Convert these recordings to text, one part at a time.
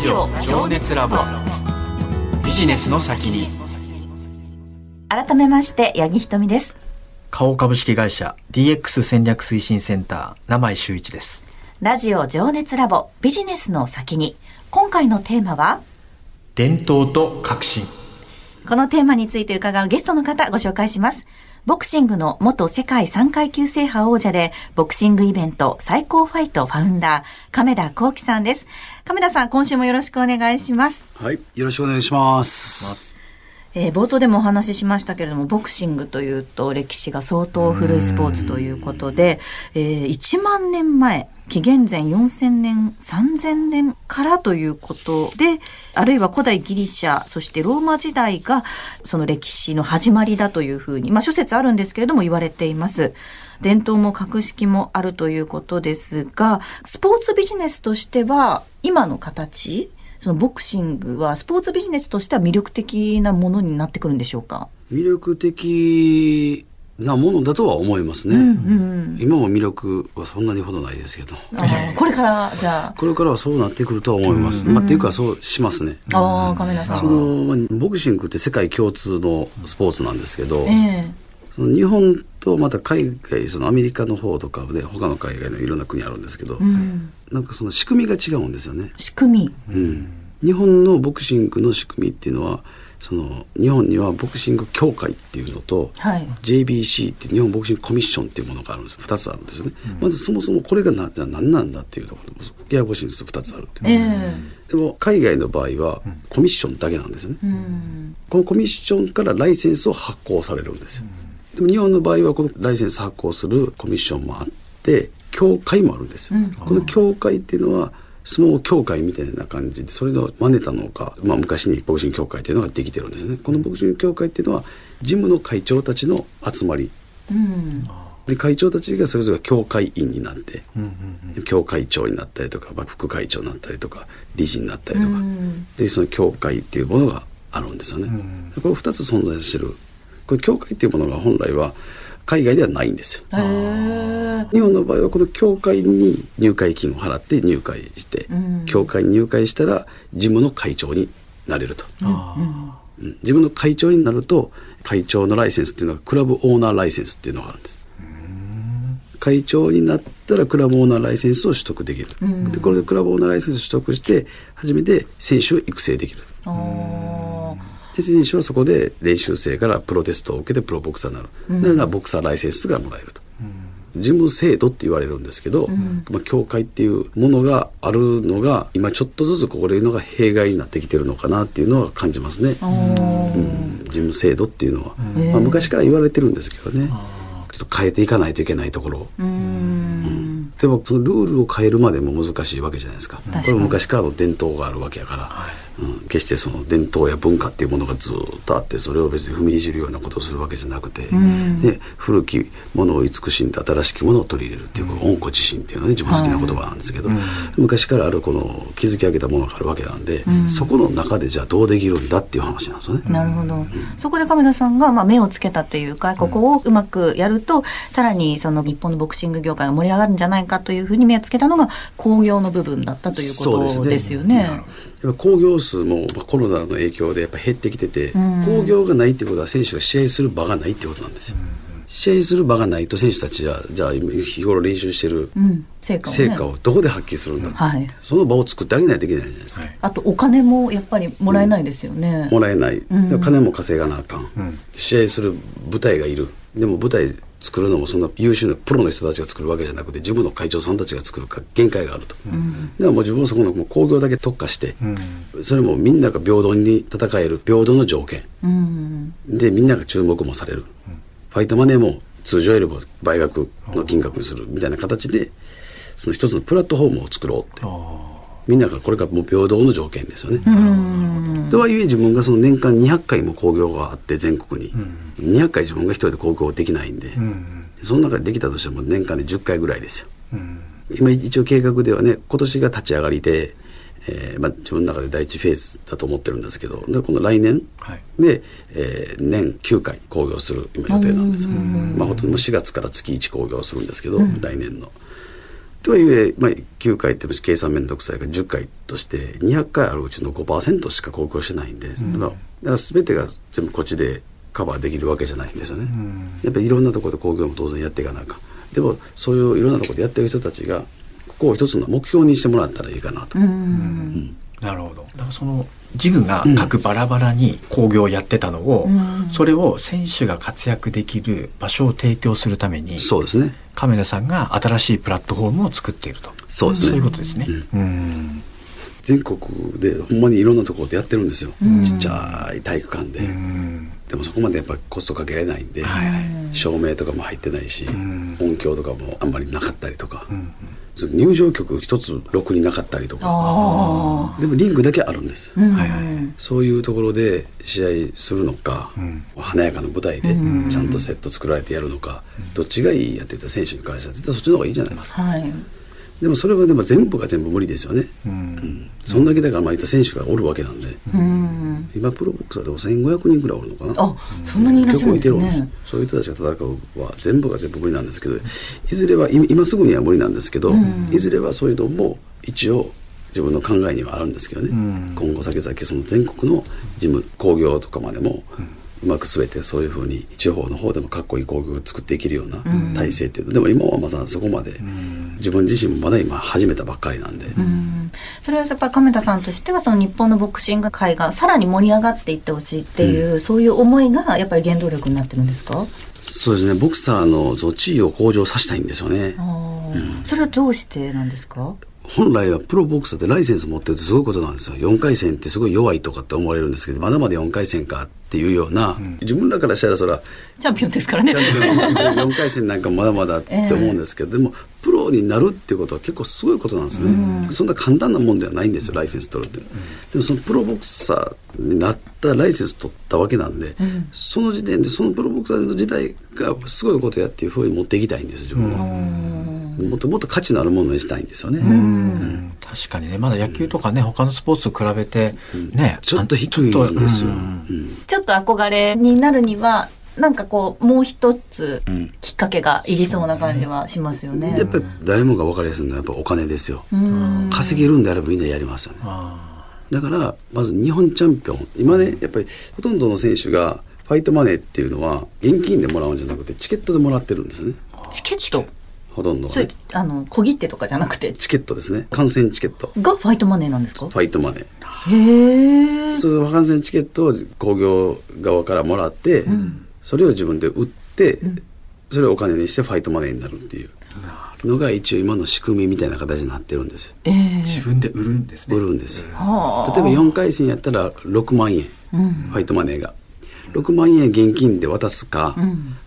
ジオ情熱ラボビジネスの先に改めまして、八木ひとみです。花王株式会社 DX 戦略推進センター生井修一ですラジオ情熱ラボビジネスの先に。今回のテーマは、伝統と革新このテーマについて伺うゲストの方ご紹介します。ボクシングの元世界3階級制覇王者で、ボクシングイベント最高ファイトファウンダー、亀田光輝さんです。亀田さん、今週もよろしくお願いします。はい。よろしくお願いします。えー冒頭でもお話ししましたけれども、ボクシングというと歴史が相当古いスポーツということで、えー1万年前、紀元前4000年、3000年からということで、あるいは古代ギリシャ、そしてローマ時代がその歴史の始まりだというふうに、まあ諸説あるんですけれども言われています。伝統も格式もあるということですが、スポーツビジネスとしては今の形そのボクシングはスポーツビジネスとしては魅力的なものになってくるんでしょうか魅力的なものだとは思いますね。今も魅力はそんなにほどないですけど。あーこれからじゃこれからはそうなってくるとは思います。まあ、っていうか、そうしますね。あ、ああ、亀田さそん。の、まあボクシングって世界共通のスポーツなんですけど、ええその日本とまた海外、そのアメリカの方とかで、他の海外のいろんな国あるんですけど、うん、なんかその仕組みが違うんですよね。仕組み。日本のボクシングの仕組みっていうのはその日本にはボクシング協会っていうのと、はい JBC って日本ボクシングコミッションっていうものがあるんです2つあるんですよね、まずそもそもこれがなじゃあ何なんだっていうところもややこしいんですよ2つあるって、ええでも海外の場合はコミッションだけなんですよね、うん。このコミッションからライセンスを発行されるんですよ、でも日本の場合はこのライセンス発行するコミッションもあって協会もあるんですよ、この協会っていうのは相撲協会みたいな感じでそれの真似たのか、まあ、昔にボクシング協会っていうのができてるんですよねこのボクシング協会っていうのはジムの会長たちの集まりうん。で会長たちがそれぞれ協会員になって、協会長になったりとかまあ副会長になったりとか理事になったりとか、うんでその教会っていうものがあるんですよね、これ2つ存在してるこれ教会っていうものが本来は海外ではないんですよええ日本の場合はこの教会に入会金を払って入会して、うん教会に入会したら事務の会長になれると、うん事務の会長になると会長のライセンスっていうのがクラブオーナーライセンスっていうのがあるんです会長になったらクラブオーナーライセンスを取得できる、でこれでクラブオーナーライセンスを取得して初めて選手を育成できるああ。で選手はそこで練習生からプロテストを受けてプロボクサーになる、ならボクサーライセンスがもらえると、事務制度って言われるんですけど、まあ、教会っていうものがあるのが今ちょっとずつこれいうのが弊害になってきてるのかなっていうのは感じますね、うん事務制度っていうのは、まあ、昔から言われてるんですけどねちょっと変えていかないといけないところをうん。でもそのルールを変えるまでも難しいわけじゃないですかかにこれも昔からの伝統があるわけやから、うん、決してその伝統や文化っていうものがずっとあってそれを別に踏みにじるようなことをするわけじゃなくて、で古きものを慈しんで新しきものを取り入れるっていう、この恩子自身っていうのはね自分好きな言葉なんですけど、昔からあるこの築き上げたものがあるわけなんで、そこの中でじゃあどうできるんだっていう話なんですよね。なるほど。そこで亀田さんが、まあ、目をつけたというか、ここをうまくやると、さらにその日本のボクシング業界が盛り上がるんじゃないかというふうに目をつけたのが、興行の部分だったということですよね。やっぱ興行数もまあコロナの影響でやっぱ減ってきてて、興行がないってことは選手が試合する場がないってことなんですよ。試合する場がないと選手たちはじゃあ今日頃練習してるうん。成果を、ね。成果をどこで発揮するんだって、はい。その場を作ってあげないといけないじゃないですか。あとお金もやっぱりもらえないですよね。もらえない、金も稼がなあかん、試合する舞台がいるでも舞台作るのもそんな優秀なプロの人たちが作るわけじゃなくて自分の会長さんたちが作るか限界があると、だからもう自分はそこのもう興行だけ特化して、それもみんなが平等に戦える平等の条件うん。でみんなが注目もされる、ファイトマネーも通常よりも倍額の金額にするみたいな形でその一つのプラットフォームを作ろうってみんながこれがもう平等の条件ですよね。とはいえ自分がその年間200回も興行があって全国に、200回自分が一人で興行できないんで、その中でできたとしても年間で10回ぐらいですよ。今一応計画ではね今年が立ち上がりで、えーまあ、自分の中で第一フェーズだと思ってるんですけどでこの来年で、えー年9回興行する今予定なんですよ、まあ、ほとんどもう4月から月1興行するんですけど、来年の。とはいえ、まあ、9回って計算面倒くさいが10回として200回あるうちの5%しか公共してないんで、まあ、だから全てが全部こっちでカバーできるわけじゃないんですよね。やっぱりいろんなところで工業も当然やっていかなあかん。でもそういういろんなところでやってる人たちがここを一つの目標にしてもらったらいいかなと。なるほど。だからそのジムが各バラバラに工業をやってたのを、うんそれを選手が活躍できる場所を提供するために、そうですね。亀田さんが新しいプラットフォームを作っていると。そうですねそういうことですね。うん全国でほんまにいろんなところでやってるんですよ。ちっちゃい体育館で。うんでもそこまでやっぱコストかけれないんで、はいはい照明とかも入ってないし、ん音響とかもあんまりなかったりとか、んその入場曲一つろくになかったりとかあでもリングだけあるんですよ、あ、うんはいはいそういうところで試合するのか、ん華やかな舞台でちゃんとセット作られてやるのか、どっちがいいやって言ったら選手からしたら絶対そっちの方がいいじゃないですか、はいでもそれはでも全部が全部無理ですよね、うんそんだけだからまあ言ったら選手がおるわけなんで、うん今プロボクサーでも1500人ぐらいおるのかなあそんなにいらっしゃるんです結構いてねるそういう人たちが戦うは全部が全部無理なんですけどいずれはい今すぐには無理なんですけど、いずれはそういうのも一応自分の考えにはあるんですけどね、ん今後先々その全国の事務工業とかまでも、うまく全てそういうふうに地方の方でもかっこいい工業を作っていけるような体制っていうの、でも今はまだそこまで、自分自身もまだ今始めたばっかりなんで、うんそれはやっぱり亀田さんとしてはその日本のボクシング界がさらに盛り上がっていってほしいっていう、そういう思いがやっぱり原動力になってるんですか、そうですねボクサーのその地位を向上させたいんですよね。あーそれはどうしてなんですか本来はプロボクサーってライセンス持ってるってすごいことなんですよ。4回戦ってすごい弱いとかって思われるんですけど、まだまだ4回戦かっていうような、自分らからしたらそら、チャンピオンですからねちゃんと 4回戦なんかまだまだって思うんですけど、でも、プロになるってことは結構すごいことなんですね。そんな簡単なもんではないんですよ、ライセンス取るって。でもそのプロボクサーになったライセンス取ったわけなんで、その時点でそのプロボクサー自体がすごいことやっていうふうに持っていきたいんですよ、自分は。もっともっと価値のあるものにしたいんですよね。うん確かにね、まだ野球とかね、他のスポーツと比べて、ね、ちょっと低いんですよ。ううんん ちょっと憧れになるにはなんかこうもう一つきっかけがいりそうな感じはしますよねやっぱり誰もが分かりやすいのはやっぱお金ですよ。うん稼げるんであればみんなやりますよね。あだからまず日本チャンピオン今ねやっぱりほとんどの選手がファイトマネーっていうのは現金でもらうんじゃなくてチケットでもらってるんですね。チケットほとんどはそね、れあの小切手とかじゃなくてチケットですね。観戦チケット。がファイトマネーなんですフかァイトマネー。へえその観戦チケットを工業側からもらって、それを自分で売って、それをお金にしてファイトマネーになるっていうのが一応今の仕組みみたいな形になってるんですよ。ええー自分で売るんですね。売るんですよ。はあ例えば4回戦やったら6万円、ファイトマネーが6万円現金で渡すか、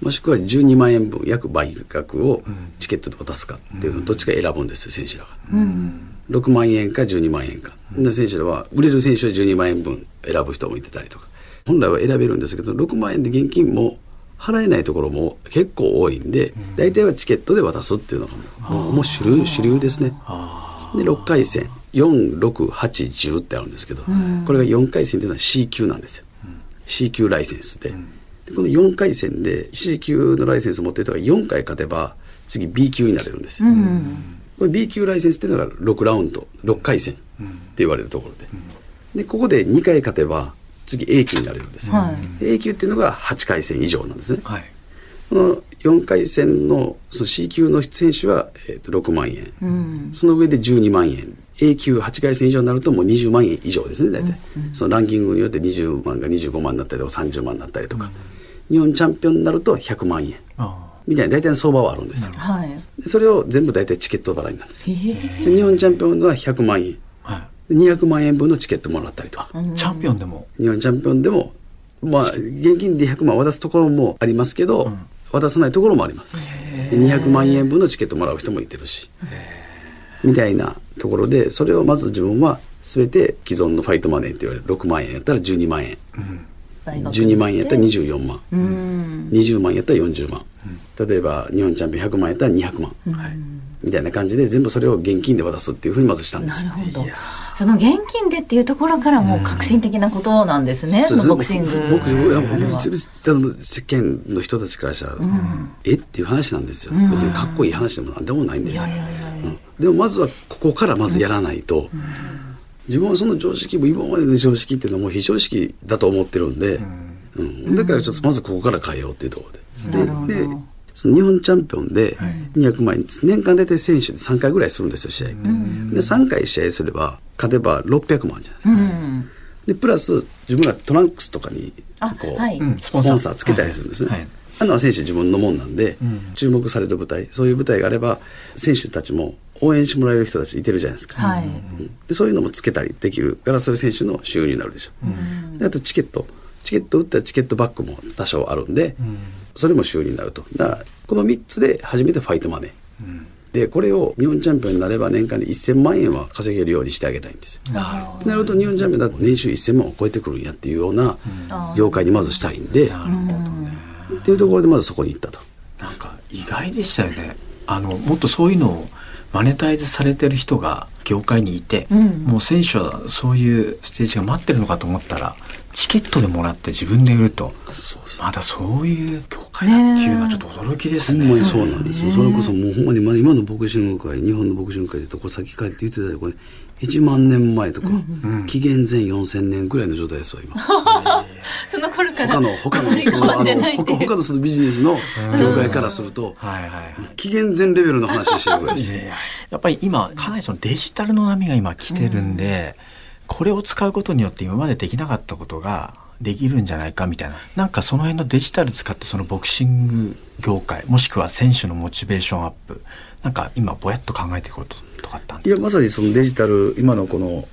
もしくは12万円分約倍額をチケットで渡すかっていうのどっちか選ぶんですよ選手らが、6万円か12万円か、で選手らは売れる選手は12万円分選ぶ人もいてたりとか本来は選べるんですけど6万円で現金も払えないところも結構多いんで、大体はチケットで渡すっていうのがもうもう主流主流ですね。で6回戦46810ってあるんですけど、これが4回戦っていうのは C 級なんですよ、C 級ライセンスで,、でこの4回戦で C 級のライセンスを持ってる人が4回勝てば次 B 級になれるんですよ、これ B 級ライセンスっていうのが6ラウンド6回戦って言われるところで、でここで2回勝てば次 A 級になれるんですよ、は A 級っていうのが8回戦以上なんですね、はい。この4回戦のその C 級の選手は、えーと6万円、その上で12万円 A 級8回戦以上になるともう20万円以上ですね大体、そのランキングによって20万が25万になったりとか30万になったりとか、日本チャンピオンになると100万円あみたいな大体の相場はあるんですよはいでそれを全部大体チケット払いなんですえよえで日本チャンピオンは100万円ーはい。 200万円分のチケットもらったりとかチャンピオンでも、日本チャンピオンでもまあ現金で100万渡すところもありますけど、渡さないところもあります200万円分のチケットもらう人もいてるしみたいなところでそれをまず自分は全て既存のファイトマネーって言われる6万円やったら12万円大学にして12万円やったら24万20万やったら40万例えば日本チャンピオン100万やったら200万、みたいな感じで全部それを現金で渡すっていうふうにまずしたんですなよるほどその現金でっていうところからもう革新的なことなんですね、そのボクシングボクシングいやあれは僕別に世間の人たちからしたら、えっていう話なんですよ、別にかっこいい話でもなんでもないんですよいやいやいやうんでもまずはここからまずやらないと、自分はその常識も今までの常識っていうのはもう非常識だと思ってるんで、うんだからちょっとまずここから変えようっていうところで。なるほどででその日本チャンピオンで200万円、年間大体選手で3回ぐらいするんですよ試合、で3回試合すれば勝てば600万じゃないですか、うんでプラス自分らトランクスとかにあこう、はいうんスポンサースポンサーつけたりするんですね。はいはいあのは選手自分のもんなんで、注目される舞台そういう舞台があれば選手たちも応援してもらえる人たちいてるじゃないですか、はいうんでそういうのもつけたりできるからそういう選手の収入になるでしょ、であとチケットチケット打ったらチケットバックも多少あるんで、それも収入になるとだからこの3つで初めてファイトマネー、でこれを日本チャンピオンになれば年間で1000万円は稼げるようにしてあげたいんですよなるほなると日本チャンピオンだと年収1000万を超えてくるんやっていうような業界にまずしたいんで、っていうところでまずそこに行ったと。どなんか意外でしたよねあのもっとそういうのをマネタイズされてる人が業界にいて、うんもう選手はそういうステージが待ってるのかと思ったらチケットでもらって自分で売るとそうそうまだそういう業界だっていうのはちょっと驚きですほんね。まにそうなんですよ。それこそもうほんまにまあ今のボクシング界、日本のボクシング界で言うとこれさっき書いて言ってたよこれ1万年前とか、紀元前4000年ぐらいの状態ですよ今。 その頃から他の他の乗り込んでないのっ他ていう他のそのビジネスの業界からすると、はいはいはい。紀元前レベルの話してるぐらい です。いややっぱり今かなりそのデジタルの波が今来てるんで、これを使うことによって今までできなかったことができるんじゃないかみたいななんかその辺のデジタル使ってそのボクシング業界もしくは選手のモチベーションアップなんか今ぼやっと考えていくこととかあったんいですやまさにそのデジタル今のこの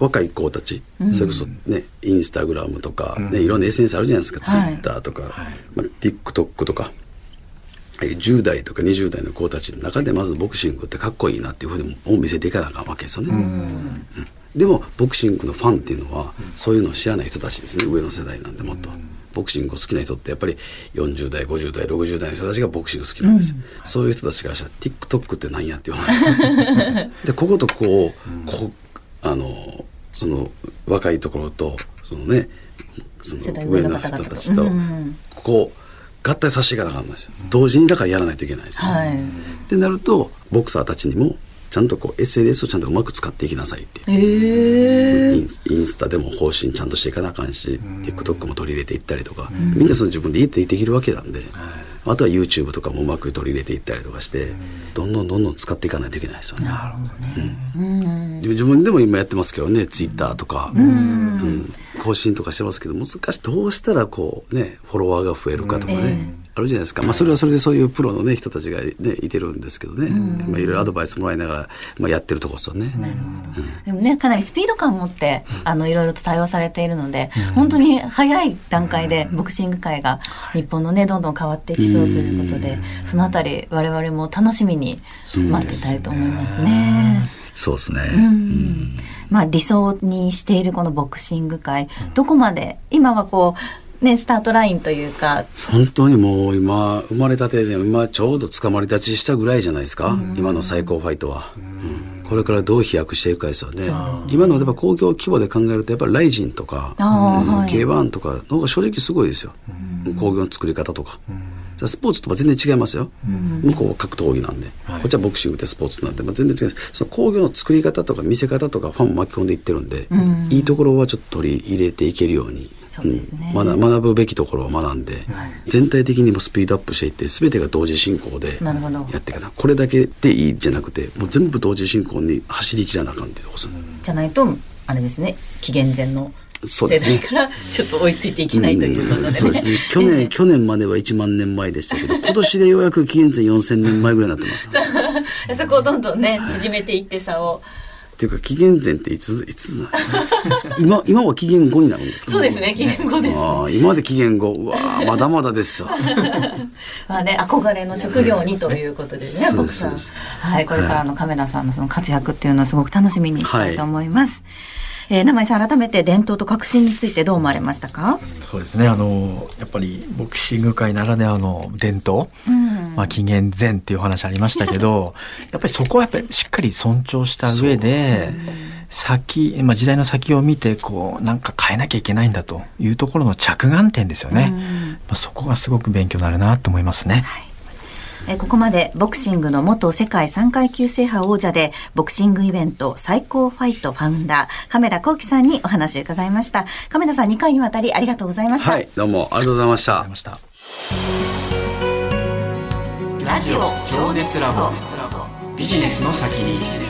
若い子たち、それこそねインスタグラムとか、ねいろんな SNS あるじゃないですか、ツイはいッターとか、まあ、TikTok とか。えー10代とか20代の子たちの中でまずボクシングってかっこいいなっていうふうにも見せていかなあかんわけですよね、うんでもボクシングのファンっていうのはそういうのを知らない人たちですね上の世代なんでもっと、ボクシングを好きな人ってやっぱり40代50代60代の人たちがボクシング好きなんですよ、そういう人たちからしたら TikTok って何やっていう話なん ですでこことここをこうあのその若いところとそのねそ世代の上上のの方人々とたちとうんここを合体させていかなあかんのですよ同時にだからやらないといけないんですよ、はいってなるとボクサーたちにもちゃんとこう SNS をちゃんとうまく使っていきなさいってえイーンスインスタでも更新ちゃんとしていかなあかんし TikTok も取り入れていったりとかみんなその自分で家でできるわけなんであとは YouTube とかもうまく取り入れていったりとかしてどんどんどんどん使っていかないといけないですよね。で自分でも今やってますけどね Twitter とか、うん更新とかしてますけど難しいどうしたらこうねフォロワーが増えるかとかね。あるじゃないですか、まあ、それはそれでそういうプロの、ね、人たちが、ね、いてるんですけどね、まあ、いろいろアドバイスもらいながら、まあ、やってるとこですよね。でもね、かなりスピード感を持って、あの、いろいろと対応されているので、本当に早い段階で、ボクシング界が、日本のね、どんどん変わっていきそうということで、そのあたり、我々も楽しみに待ってたいと思いますね。そうですね、うんまあ、理想にしているこのボクシング界、どこまで、今はこう、ね、スタートラインというか、本当にもう今生まれたてで今ちょうど捕まり立ちしたぐらいじゃないですか、今の最高ファイトは、うんこれからどう飛躍していくかですよね今のやっぱ工業規模で考えるとやっぱりライジンとか、あーうんはい K1 とかの方が正直すごいですよ、工業の作り方とか、じゃあスポーツとか全然違いますよ、向こうは格闘技なんで、こっちはボクシングってスポーツなんで、まあ、全然違うその工業の作り方とか見せ方とかファンを巻き込んでいってるんで、いいところはちょっと取り入れていけるようにそうですねうん学学ぶべきところを学んで、全体的にもスピードアップしていって全てが同時進行でなるほどやっていかなこれだけでいいじゃなくてもう全部同時進行に走りきらなあかんっていうとこですねじゃないと、あれですね、紀元前のそ世うですね代から、ちょっと追いついていけないということでんね。そうですね去 年去年までは1万年前でしたけど今年でようやく紀元前4000年前ぐらいになってますっ そこをどんどんね、縮めていって差を。ていうか紀元前っていついつなの 今今は紀元後になるんですかそうですね、記念後です。ああ今まで紀元後うわあまだまだです よまあね、憧れの職業にということですね、そう僕ですさんそうです。はい、これからの亀田さんのその活躍っていうのをすごく楽しみにしたいと思います。えー名井さん、改めて伝統と革新についてどう思われましたかそうですねあのやっぱりボクシング界ならではの伝統、まあ、紀元前っていうお話ありましたけどやっぱりそこはやっぱりしっかり尊重した上で先、まあ、時代の先を見てこうなんか変えなきゃいけないんだというところの着眼点ですよね、まあ、そこがすごく勉強になるなと思いますね。えーここまでボクシングの元世界3階級制覇王者でボクシングイベント最高ファイトファウンダー亀田光輝さんにお話を伺いました亀田さん2回にわたりありがとうございました、はい、どうもありがとうございましたりま。したラジオ情熱ラボビジネスの先に